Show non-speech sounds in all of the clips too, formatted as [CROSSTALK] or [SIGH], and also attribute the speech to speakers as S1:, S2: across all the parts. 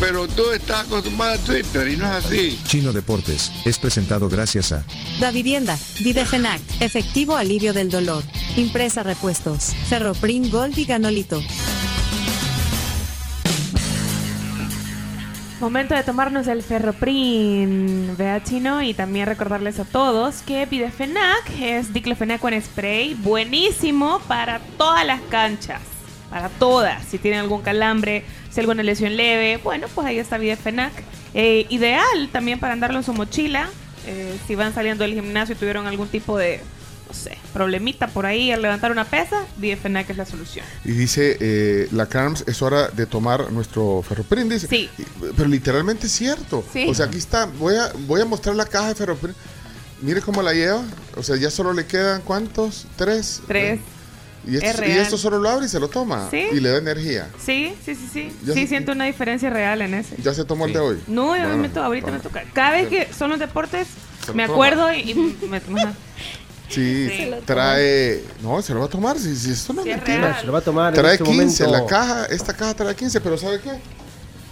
S1: Pero tú estás acostumbrado a Twitter y no es así.
S2: Chino Deportes es presentado gracias a
S3: Da Vivienda, Videfenac, Efectivo Alivio del Dolor, Impresa Repuestos, Ferroprim Gold y Ganolito.
S4: Momento de tomarnos el ferroprin, vea chino, y también recordarles a todos que Videfenac es diclofenac con spray, buenísimo para todas las canchas, para todas. Si tienen algún calambre, si alguna lesión leve, bueno, pues ahí está Videfenac. Eh, ideal también para andarlo en su mochila, eh, si van saliendo del gimnasio y tuvieron algún tipo de, no sé, problemita por ahí al levantar una pesa, Videfenac es la solución.
S5: Y dice eh, la Carms, es hora de tomar nuestro ferroprin. Dice.
S4: Sí.
S5: Y- Pero literalmente es cierto.
S4: Sí.
S5: O sea, aquí está. Voy a, voy a mostrar la caja de ferroprin. Mire cómo la lleva. O sea, ya solo le quedan cuántos? Tres.
S4: Tres.
S5: Y
S4: Es
S5: esto, y
S4: real.
S5: esto solo lo abre y se lo toma.
S4: Sí.
S5: Y le da energía.
S4: Sí, sí, sí, sí.
S5: Ya
S4: sí,
S5: se-
S4: siento una diferencia real en ese.
S5: Ya se tomó el de hoy.
S4: No, yo
S5: Bueno,
S4: me to- ahorita
S5: bueno.
S4: me toca. Cada vez que son los deportes,
S5: Se lo
S4: me
S5: toma.
S4: acuerdo y, y me ajá.
S5: Sí,
S4: Se lo
S5: trae. No, se lo va a tomar. Si, si esto no es
S4: Sí, es
S5: mentira.
S4: real.
S6: Se lo va a tomar en
S5: Trae
S6: este
S5: 15,
S6: momento.
S5: la caja, esta caja trae 15, pero ¿sabe qué?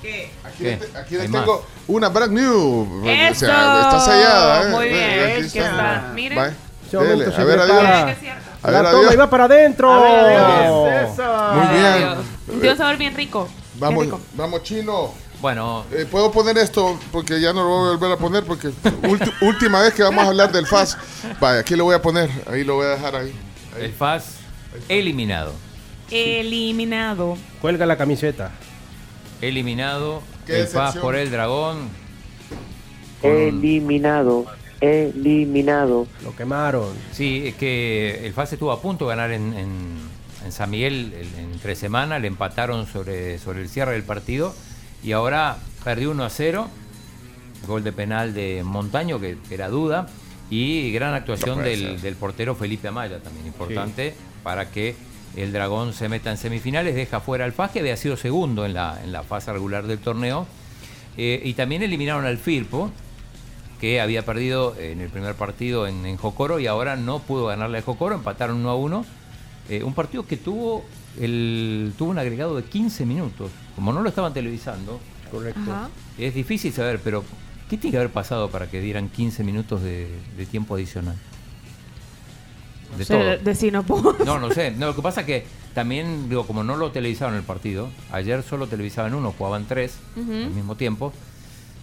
S4: ¿Qué?
S5: Aquí,
S6: ¿Qué?
S5: le- aquí le
S6: Hay
S5: tengo una brand new. O
S4: ¡Eso!
S5: sea, está sellada. ¿eh?
S4: Muy bien,
S5: Ve,
S4: ¿ves que está? Miren.
S5: Vaya.
S6: Este
S5: Dele,
S6: momento se
S5: A ver,
S6: prepara.
S5: adiós.
S4: Es cierto.
S5: A ver,
S6: la toma y
S5: adiós.
S6: va para adentro.
S5: Muy bien.
S4: Dios. Un tío sabor bien rico. Bien
S5: Vamos,
S4: rico.
S5: vamos, chino.
S7: Bueno,
S5: Eh, Puedo poner esto porque ya no lo voy a volver a poner porque ulti- última vez que vamos a hablar del FAS. Vaya, aquí lo voy a poner. Ahí lo voy a dejar ahí.
S8: El FAS eliminado.
S4: Eliminado.
S6: Cuelga la camiseta.
S8: Eliminado.
S5: Qué
S8: el FAS
S5: decepción.
S8: por el dragón.
S9: Eliminado, eliminado.
S6: Lo quemaron.
S8: Sí, es que el FAS estuvo a punto de ganar en, en- en San Miguel el- en tres semanas. Le empataron sobre, sobre el cierre del partido. Y ahora perdió 1 a 0. Gol de penal de Montaño, que era duda. Y gran actuación
S5: No puede
S8: del,
S5: ser.
S8: del portero Felipe Amaya, también importante, para que el Dragón se meta en semifinales. Deja fuera al FAS, que había sido segundo en la, en la fase regular del torneo. Eh, y también eliminaron al Firpo, que había perdido eh, en el primer partido en, en Jocoro y ahora no pudo ganarle a Jocoro, empataron 1 a 1. Eh, un partido que tuvo, el, tuvo un agregado de 15 minutos. Como no lo estaban televisando,
S6: Correcto.
S4: Ajá.
S8: es difícil saber, pero ¿qué tiene que haber pasado para que dieran 15 minutos de, de tiempo adicional? De
S4: O sea,
S8: todo.
S4: Decino, pues.
S8: No, no sé. No, lo que pasa es que también, digo, como no lo televisaron el partido, ayer solo televisaban uno, jugaban tres al mismo tiempo.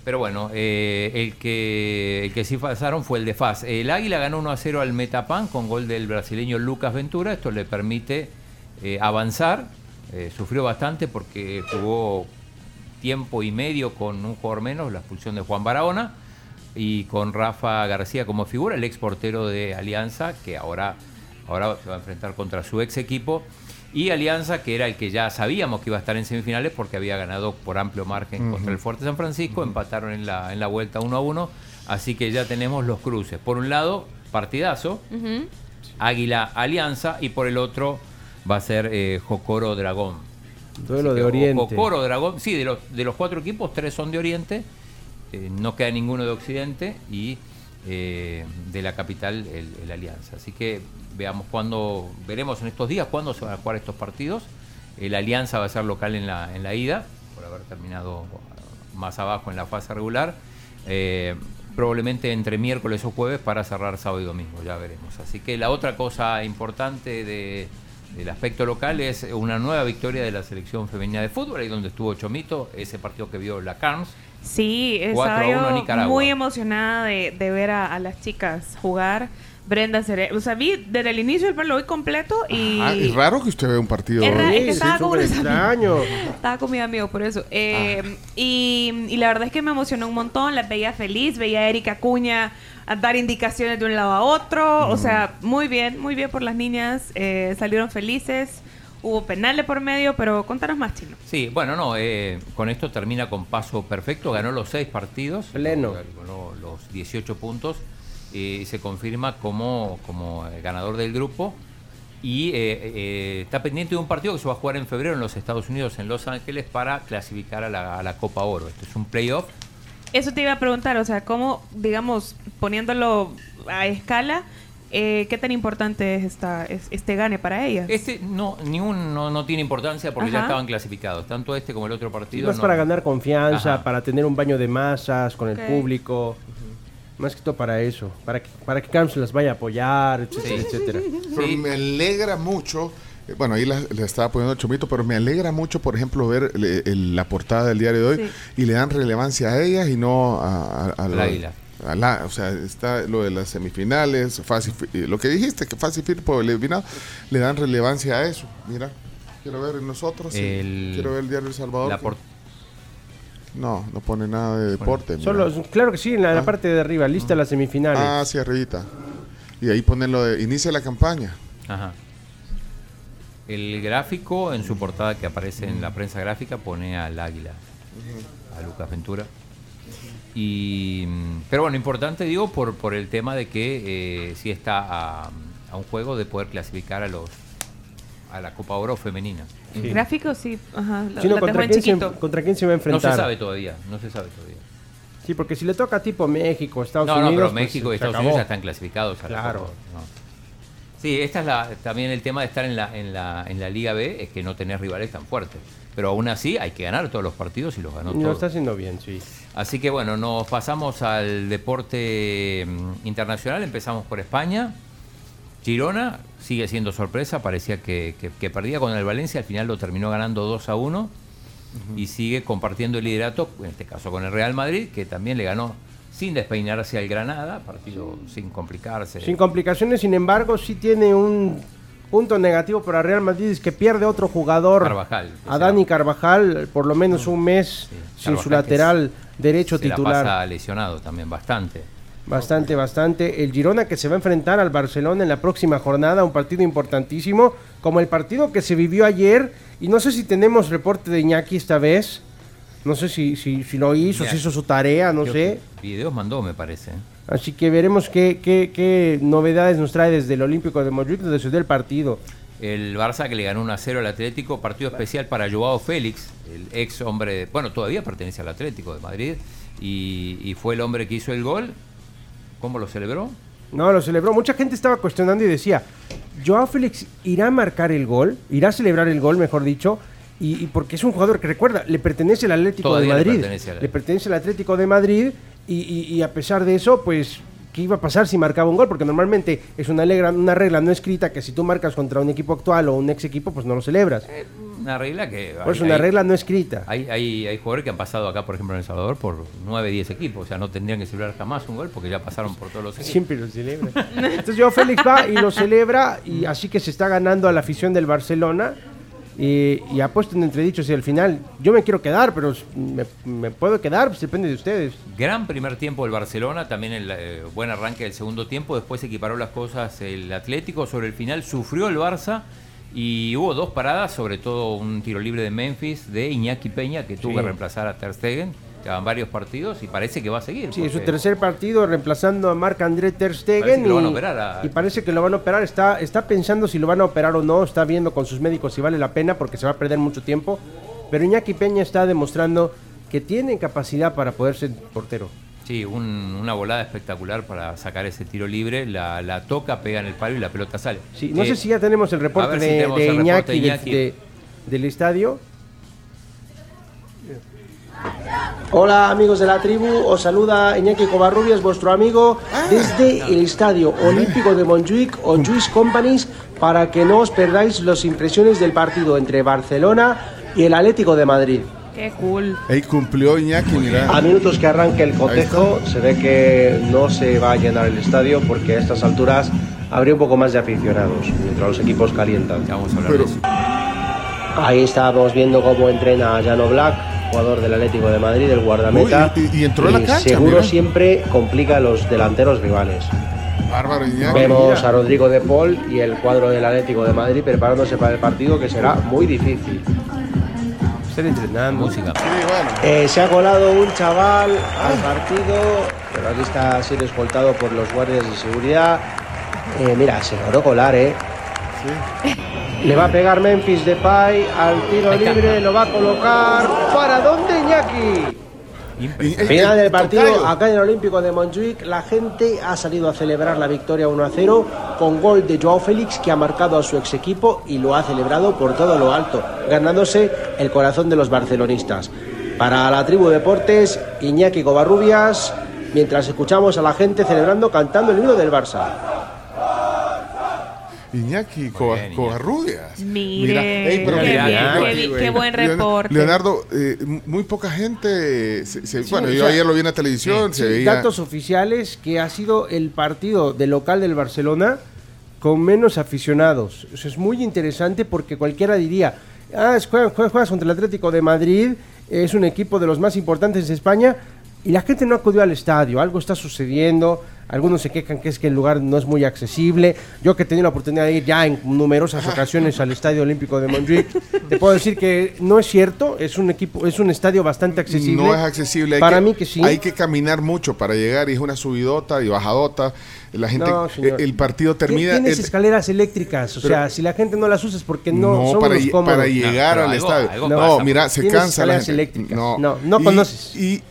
S8: Pero bueno, eh, el, que, el que sí pasaron fue el de FAS. El Águila ganó 1 a 0 al Metapan con gol del brasileño Lucas Ventura. Esto le permite eh, avanzar. Eh, sufrió bastante porque jugó tiempo y medio con un jugador menos, la expulsión de Juan Barahona, y con Rafa García como figura, el ex portero de Alianza, que ahora, ahora se va a enfrentar contra su ex equipo, y Alianza, que era el que ya sabíamos que iba a estar en semifinales porque había ganado por amplio margen contra el Fuerte San Francisco, empataron en la, en la vuelta 1 a 1, así que ya tenemos los cruces. Por un lado, partidazo,
S4: Ujú.
S8: Águila Alianza, y por el otro va a ser eh, Jocoro Dragón.
S6: Duelo
S8: Así
S6: de
S8: que o
S6: Oriente.
S8: Cocoro, Dragón, sí, de los, de los cuatro equipos, tres son de Oriente, eh, no queda ninguno de Occidente y eh, de la capital el, el Alianza. Así que veamos cuándo, veremos en estos días cuándo se van a jugar estos partidos. El Alianza va a ser local en la, en la ida, por haber terminado más abajo en la fase regular. Eh, probablemente entre miércoles o jueves para cerrar sábado y domingo, ya veremos. Así que la otra cosa importante de, del aspecto local es una nueva victoria de la selección femenina de fútbol, ahí donde estuvo Chomito, ese partido que vio la Carms.
S4: [LAUGHS] Sí, estaba
S8: 4 a 1 a
S4: yo
S8: Nicaragua.
S4: muy emocionada de, de ver a, a las chicas jugar. Brenda Cere, o sea, vi desde el inicio del partido, lo vi completo y...
S5: Ah, es raro que usted vea un partido.
S4: Es raro.
S6: Sí,
S4: Es que estaba
S6: sí,
S4: como
S6: súper
S4: una-
S6: extraño.
S4: Estaba con mi amigo, por eso. Eh,
S10: Ah.
S4: y, y la verdad es que me emocionó un montón. Las veía feliz, veía a Erika Cuña a dar indicaciones de un lado a otro.
S10: Mm.
S4: O sea, muy bien, muy bien por las niñas. Eh, salieron felices. Hubo penales por medio, pero contanos más, Chino.
S8: Sí, bueno, no, eh, con esto termina con paso perfecto, ganó los seis partidos,
S6: Pleno.
S8: ganó los 18 puntos y se confirma como, como el ganador del grupo. Y eh, eh, está pendiente de un partido que se va a jugar en febrero en los Estados Unidos, en Los Ángeles, para clasificar a la, a la Copa Oro. Esto es un playoff.
S4: Eso te iba a preguntar, o sea, cómo, digamos, poniéndolo a escala, eh, ¿qué tan importante es esta, es- este gane para ellas?
S8: Este no, ni un- no, no tiene importancia porque ya
S4: Ajá.
S8: estaban clasificados, tanto este como el otro partido.
S10: Más
S8: no.
S10: para ganar confianza,
S8: Ajá.
S10: para tener un baño de masas con
S4: Ok.
S10: el público. Más que todo para eso, para que, para que Carms las vaya a apoyar, etcétera,
S8: Sí.
S10: etcétera.
S5: Pero me alegra mucho. eh, Bueno, ahí las- les estaba poniendo el chomito, pero me alegra mucho, por ejemplo, ver el- el- la portada del diario de hoy y le dan relevancia a ellas y no a, a- a
S8: Al
S5: lo-
S8: águila.
S5: a la- o sea, está lo de las semifinales, Fast y Fi- eh, lo que dijiste, que Fácil por eliminado, le dan relevancia a eso. Mira, quiero ver nosotros, sí.
S8: El-
S5: quiero ver el diario El Salvador.
S8: La
S5: que-
S8: por-
S5: No, no pone nada de deporte. mira.
S10: Solo, claro que sí, en la, la
S5: Ah.
S10: parte de arriba, lista las semifinales.
S5: Ah, sí, arribita. Y ahí ponen lo de inicia la campaña.
S8: Ajá. El gráfico en su portada que aparece en la prensa gráfica pone al águila, a Lucas Ventura. Y, mm, pero bueno, importante digo por, por el tema de que eh, sí está a, a un juego de poder clasificar a los a la Copa Oro femenina.
S4: El gráfico sí, ajá, lo, lo
S10: Sino
S4: tengo
S10: contra
S4: en
S10: quién, se,
S4: chiquito.
S10: contra quién se va a
S8: No
S10: enfrentar.
S8: se sabe todavía, no se sabe todavía.
S10: Sí, porque si le toca tipo México, Estados
S8: no,
S10: Unidos.
S8: no, pero
S10: pues,
S8: México
S10: se
S8: y Estados
S10: acabó.
S8: Unidos ya están clasificados. a la
S10: Claro.
S8: Copa Oro, no. Sí, esta es la, también el tema de estar en la, en, la, en la Liga B, es que no tenés rivales tan fuertes. Pero aún así hay que ganar todos los partidos y los ganó
S10: Y lo
S8: todos.
S10: está haciendo bien, sí.
S8: Así que bueno, nos pasamos al deporte mm, internacional. Empezamos por España. Girona sigue siendo sorpresa. Parecía que, que- que perdía con el Valencia. Al final lo terminó ganando 2 a 1. Y sigue compartiendo el liderato, en este caso con el Real Madrid, que también le ganó sin despeinarse al Granada. Partido sin complicarse.
S10: Sin complicaciones, sin embargo, sí tiene un punto negativo para Real Madrid, es que pierde otro jugador.
S8: Carvajal, que
S10: A
S8: se la-
S10: Dani Carvajal, por lo menos un mes sin
S8: Carvajal,
S10: su
S8: que
S10: lateral derecho
S8: Se la
S10: titular.
S8: pasa lesionado también bastante.
S10: Bastante, bastante. El Girona que se va a enfrentar al Barcelona en la próxima jornada, un partido importantísimo, como el partido que se vivió ayer. Y no sé si tenemos reporte de Iñaki esta vez. No sé si, si, si lo hizo, si
S8: Iñaki.
S10: hizo su tarea, no
S8: Creo
S10: sé.
S8: que Videos mandó, me parece. eh?
S10: Así que veremos qué, qué, qué novedades nos trae desde el Olímpico de Madrid, donde se dio el partido.
S8: El Barça que le ganó 1 a 0 al Atlético, partido especial para Joao Félix, el ex hombre, de- bueno, todavía pertenece al Atlético de Madrid, y, y fue el hombre que hizo el gol. ¿Cómo lo celebró?
S10: No, lo celebró. Mucha gente estaba cuestionando y decía, Joao Félix irá a marcar el gol, irá a celebrar el gol, mejor dicho, y, y porque es un jugador que recuerda, le pertenece al Atlético
S8: Todavía
S10: de
S8: le
S10: Madrid.
S8: pertenece al-
S10: Le pertenece al Atlético de Madrid y, y- y a pesar de eso, pues, ¿qué iba a pasar si marcaba un gol? Porque normalmente es una, alegra- una regla no escrita que si tú marcas contra un equipo actual o un ex equipo, pues no lo celebras.
S8: Una regla que...
S10: Pues es
S8: hay-
S10: una
S8: hay-
S10: regla no escrita.
S8: Hay, hay, hay jugadores que han pasado acá, por ejemplo, en El Salvador, por 9, 10 equipos, o sea, no tendrían que celebrar jamás un gol porque ya pasaron por todos los equipos.
S10: Pues Siempre lo celebra. Entonces yo Félix va y lo celebra y así que se está ganando a la afición del Barcelona y, y ha puesto en entredicho si al final yo me quiero quedar, pero s- me, me puedo quedar, pues depende de ustedes.
S8: Gran primer tiempo del Barcelona, también el eh, buen arranque del segundo tiempo, después se equiparó las cosas el Atlético, sobre el final sufrió el Barça y hubo dos paradas, sobre todo un tiro libre de Memphis de Iñaki Peña que tuvo que reemplazar a Ter Stegen, estaban varios partidos y parece que va a seguir.
S10: Sí, es su
S8: porque
S10: tercer partido reemplazando a Marc André Ter
S8: Parece
S10: Stegen
S8: que lo van a
S10: y-
S8: operar a-
S10: y parece que lo van a operar, está, está pensando si lo van a operar o no, está viendo con sus médicos si vale la pena porque se va a perder mucho tiempo, pero Iñaki Peña está demostrando que tiene capacidad para poder ser portero.
S8: Sí, un- una volada espectacular para sacar ese tiro libre, la, la toca, pega en el palo y la pelota sale.
S10: Sí, no
S8: Eh,
S10: sé si ya tenemos el reporte
S8: ver si
S10: de,
S8: tenemos
S10: de
S8: el reporte
S10: Iñaki, de-
S8: Iñaki.
S10: de- del estadio.
S9: Hola amigos de la tribu, os saluda Iñaki Covarrubias, vuestro amigo,
S10: Ah.
S9: desde el Estadio Olímpico de Montjuic o Juiz Companies, para que no os perdáis las impresiones del partido entre Barcelona y el Atlético de Madrid.
S4: Qué cool.
S5: Ahí cumplió Iñaki,
S9: A
S5: mira.
S9: minutos que arranque el
S5: Ahí
S9: cotejo, se ve que no se va a llenar el estadio porque a estas alturas habría un poco más de aficionados mientras los equipos calientan.
S8: ya vamos a hablar
S5: Pero-
S8: de eso.
S9: Ahí estábamos viendo cómo entrena a Jano Black, jugador del Atlético de Madrid, el guardameta.
S5: Uy, y- y entró a la
S9: Y
S5: cancha,
S9: Seguro
S5: mira. Ah,
S9: siempre complica a los delanteros rivales.
S5: Bárbaro Iñaki.
S9: Vemos a Rodrigo de Paul y el cuadro del Atlético de Madrid preparándose para el partido que será muy difícil.
S10: Estar entrenando. Música.
S9: Eh, se ha colado un chaval al partido, pero aquí está siendo escoltado por los guardias de seguridad. Eh, mira, se logró colar, ¿eh? Le va a pegar Memphis Depay al tiro libre, lo va a colocar. ¿Para dónde, Iñaki? Final del partido, acá en el Olímpico de Montjuic, la gente ha salido a celebrar la victoria 1 a 0 con gol de Joao Félix que ha marcado a su ex equipo y lo ha celebrado por todo lo alto, ganándose el corazón de los barcelonistas. Para la tribu Deportes, Iñaki Covarrubias, mientras escuchamos a la gente celebrando cantando el himno del Barça.
S5: Iñaki Coa- Covarrubias.
S4: Mire,
S5: ey, pero
S4: qué
S5: mira,
S4: bien,
S5: mira,
S4: qué bi- qué buen
S5: Leonardo-
S4: reporte.
S5: Leonardo, eh, muy poca gente. se- se- bueno,
S10: o
S5: yo
S10: sea,
S5: ayer lo vi en la televisión. se veía.
S10: Datos oficiales que ha sido el partido de local del Barcelona con menos aficionados. Eso es muy interesante porque cualquiera diría, ah, es- juegas, juegas- juegas contra el Atlético de Madrid, es un equipo de los más importantes de España y la gente no acudió al estadio, algo está sucediendo. Algunos se quejan que es que el lugar no es muy accesible. Yo que he tenido la oportunidad de ir ya en numerosas ocasiones al Estadio Olímpico de Montjuic, te puedo decir que no es cierto. Es un equipo, es un estadio bastante accesible.
S5: No es accesible. hay
S10: Para mí que sí.
S5: Hay que caminar mucho para llegar y es una subidota y bajadota. La gente, eh,
S10: No, señor.
S5: el partido termina.
S10: Tienes
S5: el-
S10: escaleras eléctricas, o
S5: Pero-
S10: sea, si la gente no las usa es porque no,
S5: no,
S10: son
S5: para,
S10: los
S5: lle-
S10: cómodos.
S5: para llegar
S10: pero
S5: al
S10: algo-
S5: estadio.
S10: algo
S5: no,
S10: pasa,
S5: mira, se
S10: tienes
S5: cansa la
S10: escaleras
S5: gente.
S10: eléctricas.
S5: No,
S10: No, no
S5: Y-
S10: conoces.
S5: Y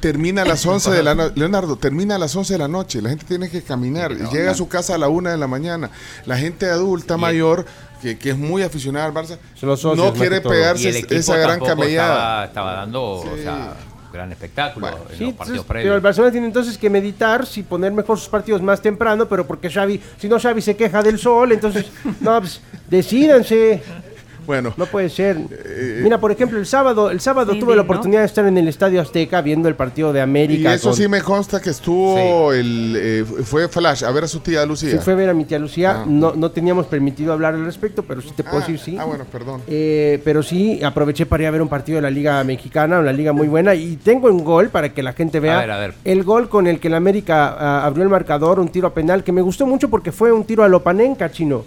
S5: termina a las 11 de la noche. Leonardo, termina a las 11 de la noche. La gente tiene que caminar. Llega a su casa a la 1 de la mañana. La gente adulta mayor. Que, que es muy aficionada al Barça,
S10: Son los socios,
S5: no
S10: más que
S5: quiere
S10: todo.
S8: Y el
S5: pegarse
S8: equipo
S5: esa gran
S8: tampoco
S5: camellada.
S8: Estaba, estaba dando o sea, gran espectáculo en
S10: Sí,
S8: los partidos
S10: entonces,
S8: previos.
S10: pero el Barcelona tiene entonces que meditar si poner mejor sus partidos más temprano, pero porque Xavi, si no Xavi se queja del sol, entonces [LAUGHS] no, pues, decídanse.
S5: Bueno,
S10: No puede ser.
S5: Eh,
S10: Mira, por ejemplo, el sábado, el sábado
S4: Sí,
S10: tuve la
S4: sí, ¿no?
S10: oportunidad de estar en el Estadio Azteca viendo el partido de
S5: Y
S10: América.
S5: eso
S10: con-
S5: sí me consta que estuvo el eh, fue Flash a ver a su tía Lucía.
S10: Sí, fue a ver a mi tía Lucía.
S5: Ah.
S10: No, no teníamos permitido hablar al respecto, pero sí te puedo
S5: Ah,
S10: decir oh, sí.
S5: ah, bueno, perdón.
S10: Eh, pero sí, aproveché para ir a ver un partido de la Liga Mexicana, una liga muy buena. Y tengo un gol para que la gente vea.
S8: A ver, a ver.
S10: El gol con el que el América ah, abrió el marcador, un tiro a penal, que me gustó mucho porque fue un tiro a Lopanenca, chino.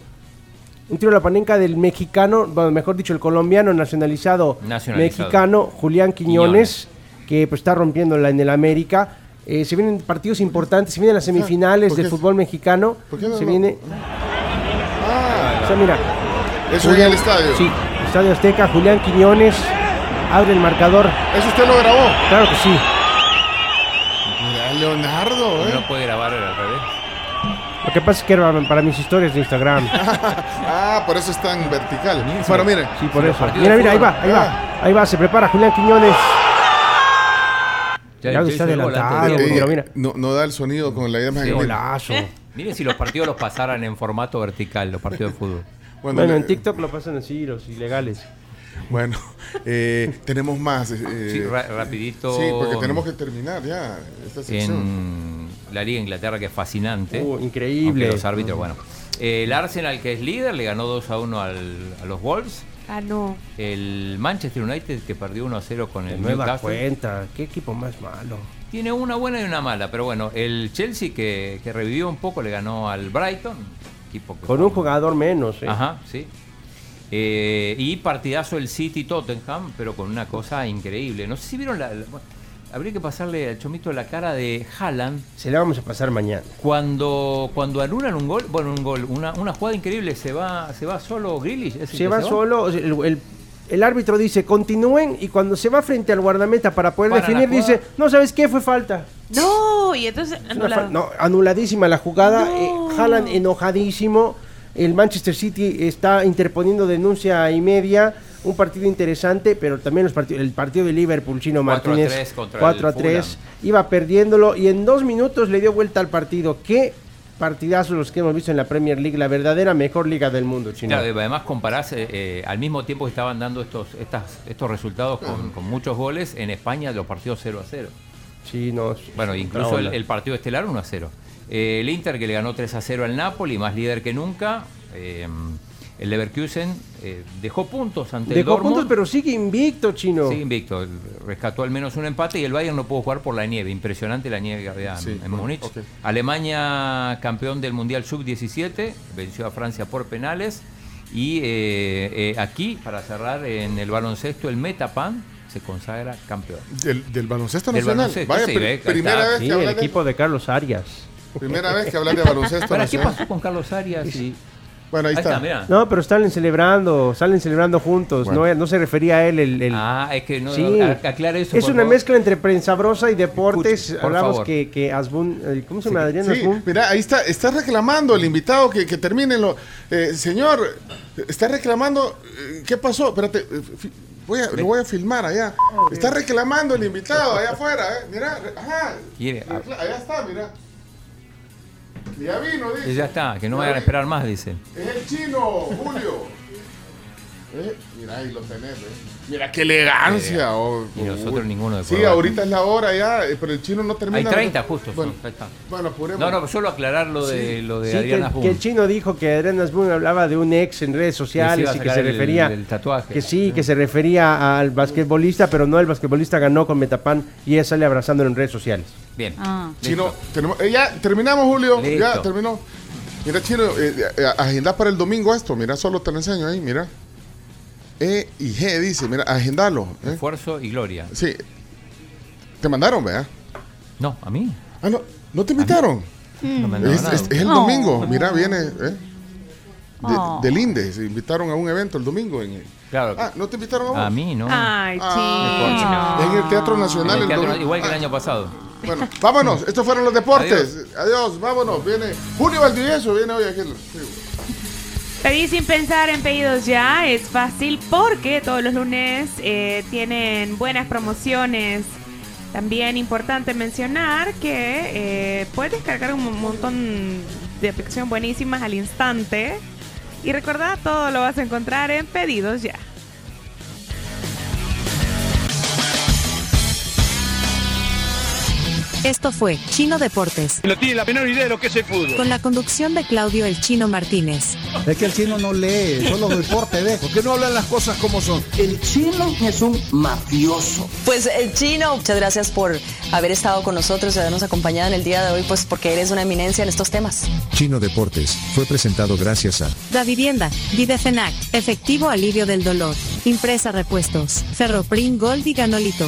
S10: Un tiro a Lopanenca del mexicano, bueno, mejor dicho, el colombiano nacionalizado,
S8: Nacionalizado.
S10: mexicano Julián Quiñones, que pues, está rompiéndola en el América. Eh, se vienen partidos importantes, se vienen las semifinales
S5: ¿Por qué?
S10: del fútbol mexicano.
S5: ¿Por qué no
S10: se
S5: lo- Ah.
S10: viene. O sea, mira.
S5: Eso en el
S10: Julián-
S5: estadio.
S10: Sí, Estadio Azteca, Julián Quiñones abre el marcador.
S5: Eso usted lo grabó.
S10: Claro que sí.
S5: Mira, Leonardo, eh.
S8: No puede grabar al revés.
S10: Lo que pasa es que era para mis historias de Instagram.
S5: Ah, por eso es tan vertical. Bueno, mire.
S10: Sí, por eso.
S8: partidos
S10: Mira,
S8: de
S10: mira, ahí
S8: fútbol.
S10: va, ahí va. Ahí va, se prepara Julián Quiñones.
S8: Ya,
S10: Claro,
S8: ya
S10: está
S8: hizo el gol
S10: adelantado.
S8: antes de-
S5: eh,
S10: pero mira.
S5: No, no da el sonido con la idea más
S10: Golazo.
S8: Miren si los partidos los pasaran en formato vertical, los partidos de fútbol.
S5: Bueno,
S10: Bueno, en
S5: eh,
S10: TikTok lo pasan así, los ilegales.
S5: bueno, [LAUGHS] eh, tenemos más. eh,
S8: Sí, ra- rapidito.
S5: sí, porque tenemos que terminar ya esta sección.
S8: En la Liga de Inglaterra, que es fascinante.
S10: Uh,
S8: Aunque
S10: increíble.
S8: Los árbitros, bueno. Eh, el Arsenal, que es líder, le ganó 2 a 1 al- a los Wolves.
S4: Ah, no.
S8: El Manchester United, que perdió 1 a 0 con
S10: De
S8: el
S10: nueva
S8: Newcastle.
S10: cuenta. Qué equipo más malo.
S8: Tiene una buena y una mala, pero bueno, el Chelsea que, que revivió un poco le ganó al Brighton. Equipo que-
S10: Con un jugador menos, ¿eh?
S8: Ajá, sí. Eh, y partidazo el City Tottenham, pero con una cosa increíble. No sé si vieron la. la- bueno, habría que pasarle al chomito la cara de Haaland
S10: Se la vamos a pasar mañana.
S8: cuando, cuando anulan un gol. Bueno, un gol, una, una jugada increíble. Se va, se va solo Grealish. ¿es el
S10: Se
S8: que
S10: va solo, o sea, el, el- el árbitro dice continúen y cuando se va frente al guardameta para poder
S8: Para la
S10: definir dice,
S8: jugada.
S10: no sabes qué, fue falta.
S4: No, y entonces.
S10: Es una
S4: anulado.
S10: fal- no, anuladísima la jugada,
S4: No.
S10: eh, Haaland enojadísimo, el Manchester City está interponiendo denuncia y media, un partido interesante, pero también los partidos, el partido de Liverpool, Chino
S8: 4 a
S10: Martínez,
S8: 3 contra el
S10: 4 a 3,
S8: Fulham.
S10: iba perdiéndolo y en dos minutos le dio vuelta al partido. ¿Qué? Partidazos los que hemos visto en la Premier League, la verdadera mejor liga del mundo, Chino.
S8: Claro, y además comparás eh, eh, al mismo tiempo que estaban dando estos, estas, estos resultados con,
S10: Mm.
S8: con muchos goles, en España los partidos 0 a 0.
S10: Sí, no,
S8: Bueno,
S10: es
S8: incluso
S10: otra
S8: el,
S10: onda.
S8: el partido estelar 1 a 0. Eh, el Inter que le ganó 3 a 0 al Napoli, más líder que nunca. Eh, el Leverkusen eh, dejó puntos ante el
S10: Dejó
S8: Dortmund.
S10: puntos, pero sigue invicto, chino.
S8: Sí, invicto. Rescató al menos un empate y el Bayern no pudo jugar por la nieve. Impresionante la nieve que había en-
S5: Sí,
S8: en
S5: bueno,
S8: Múnich.
S5: ok.
S8: Alemania, campeón del Mundial Sub-17, venció a Francia por penales. Y eh, eh, aquí, para cerrar en el baloncesto, el Metapan se consagra campeón.
S5: Del, del baloncesto
S8: Del
S5: nacional.
S8: baloncesto,
S5: Vaya,
S8: sí,
S5: pri-
S8: ve, acá
S5: primera
S8: está.
S5: vez
S10: Sí,
S5: que
S10: el
S5: hablan de-
S10: equipo de Carlos Arias.
S5: primera vez que hablan de baloncesto
S8: Ahora, Ah, ¿qué
S5: nacional.
S8: pasó con Carlos Arias? y-
S5: Bueno, ahí,
S8: Ahí
S5: está.
S8: está, mira.
S10: No, pero salen celebrando, salen celebrando juntos.
S5: Bueno.
S10: No, no se refería a él el... el-
S8: Ah, es que no,
S10: Sí.
S8: a- aclara eso.
S10: es
S8: por
S10: una
S8: favor.
S10: mezcla entre prensabrosa y deportes.
S8: Escuche, por
S10: Hablamos
S8: favor.
S10: que, que Asbun... eh, ¿Cómo se llama? Adrián
S5: Sí,
S10: Asbun.
S5: mira, ahí está, está reclamando el invitado que, que termine lo. eh, señor, está reclamando. eh, ¿Qué pasó? Espérate, eh, fi- voy a- lo voy a filmar allá. Está reclamando el invitado allá afuera, eh. Mira, re- ajá.
S8: Quiere-
S5: Recla- Allá está, mira. Ya vino, dice.
S8: Y ya está, que no vayan a esperar más, dice.
S5: Es el chino, Julio. [LAUGHS] Eh, Mira, ahí lo tenés, eh. Mira, qué elegancia. oh,
S8: Y nosotros
S5: oh.
S8: ninguno de
S5: Sí,
S8: Córdoba.
S5: ahorita es la hora ya, eh, pero el chino no termina.
S8: Hay 30 justo.
S5: Bueno,
S8: son, ahí está.
S5: bueno apuremos.
S8: No, no, solo aclarar lo de, lo de
S10: Sí,
S8: Adriana
S10: que,
S8: Jun.
S10: que el chino dijo que Adrián Asbun hablaba de un ex en redes sociales
S8: iba a
S10: y que se
S8: sacar el-
S10: refería
S8: el tatuaje. Ah.
S10: que sí, que se refería al basquetbolista, pero no el basquetbolista ganó con Metapan y ella sale abrazándolo en redes sociales.
S8: Bien.
S3: Ah.
S5: Chino, tenemos, eh, ya terminamos, Julio. Ya
S8: Listo.
S5: terminó. Mira, Chino, eh, eh, agenda para el domingo esto. Mira, solo te lo enseño ahí, mira. E y G dice, mira, agendalo. eh.
S8: Esfuerzo y gloria.
S5: Sí. Te mandaron, vea.
S8: No, a mí.
S5: Ah, no, no te invitaron.
S8: No me han
S5: Mm.
S8: dado
S5: Es,
S8: nada.
S5: es- es el
S3: Oh.
S5: domingo. Mira, viene. eh, de-
S3: Oh.
S5: Del INDE. Se invitaron a un evento el domingo. En,
S8: Claro.
S5: ah, no te invitaron a vos.
S8: A mí, ¿no?
S4: Ay,
S5: Ah,
S4: chino.
S5: Es en el Teatro
S8: En el
S5: Nacional el
S8: teatro,
S5: domingo.
S8: igual que el
S5: Ah,
S8: año pasado.
S5: Bueno, vámonos. Estos fueron los deportes. Adiós, vámonos. Viene Julio Valdivieso. Viene hoy aquí.
S4: Pedir sin pensar en pedidos ya es fácil porque todos los lunes eh, tienen buenas promociones. También importante mencionar que eh, puedes descargar un montón de aplicaciones buenísimas al instante. Y recordad, todo lo vas a encontrar en pedidos ya.
S3: Esto fue Chino Deportes,
S7: No tiene la menor idea de lo que es el fútbol.
S3: con la conducción de Claudio El Chino Martínez.
S6: Es que el chino no lee, solo deporte ve. ¿Por qué no hablan las cosas como son?
S11: El chino es un mafioso.
S12: Pues el chino, muchas gracias por haber estado con nosotros y habernos acompañado en el día de hoy, pues porque eres una eminencia en estos temas.
S2: Chino Deportes fue presentado gracias a
S3: Da Vivienda, Videfenac, Efectivo Alivio del Dolor, Impresa Repuestos, Ferroprim Gold y Ganolito.